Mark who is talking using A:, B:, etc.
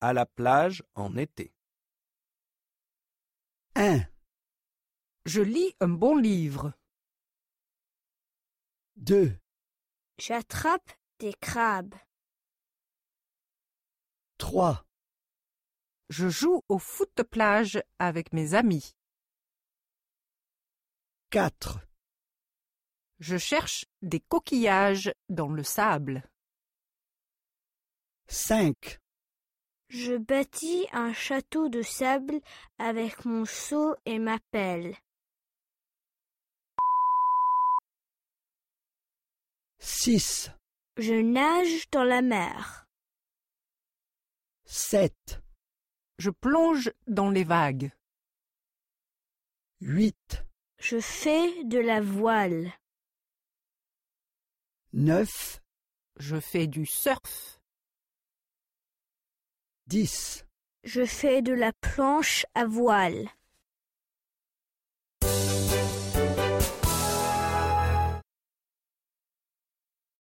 A: À la plage en été.
B: 1,
C: Je lis un bon livre.
B: 2,
D: J'attrape des crabes.
B: 3,
C: Je joue au foot plage avec mes amis.
B: 4,
C: Je cherche des coquillages dans le sable.
B: 5,
D: Je bâtis un château de sable avec mon seau et ma pelle.
B: 6,
D: Je nage dans la mer.
B: 7,
C: Je plonge dans les vagues.
B: 8,
D: Je fais de la voile.
B: 9,
C: Je fais du surf.
B: 10.
D: Je fais de la planche à voile.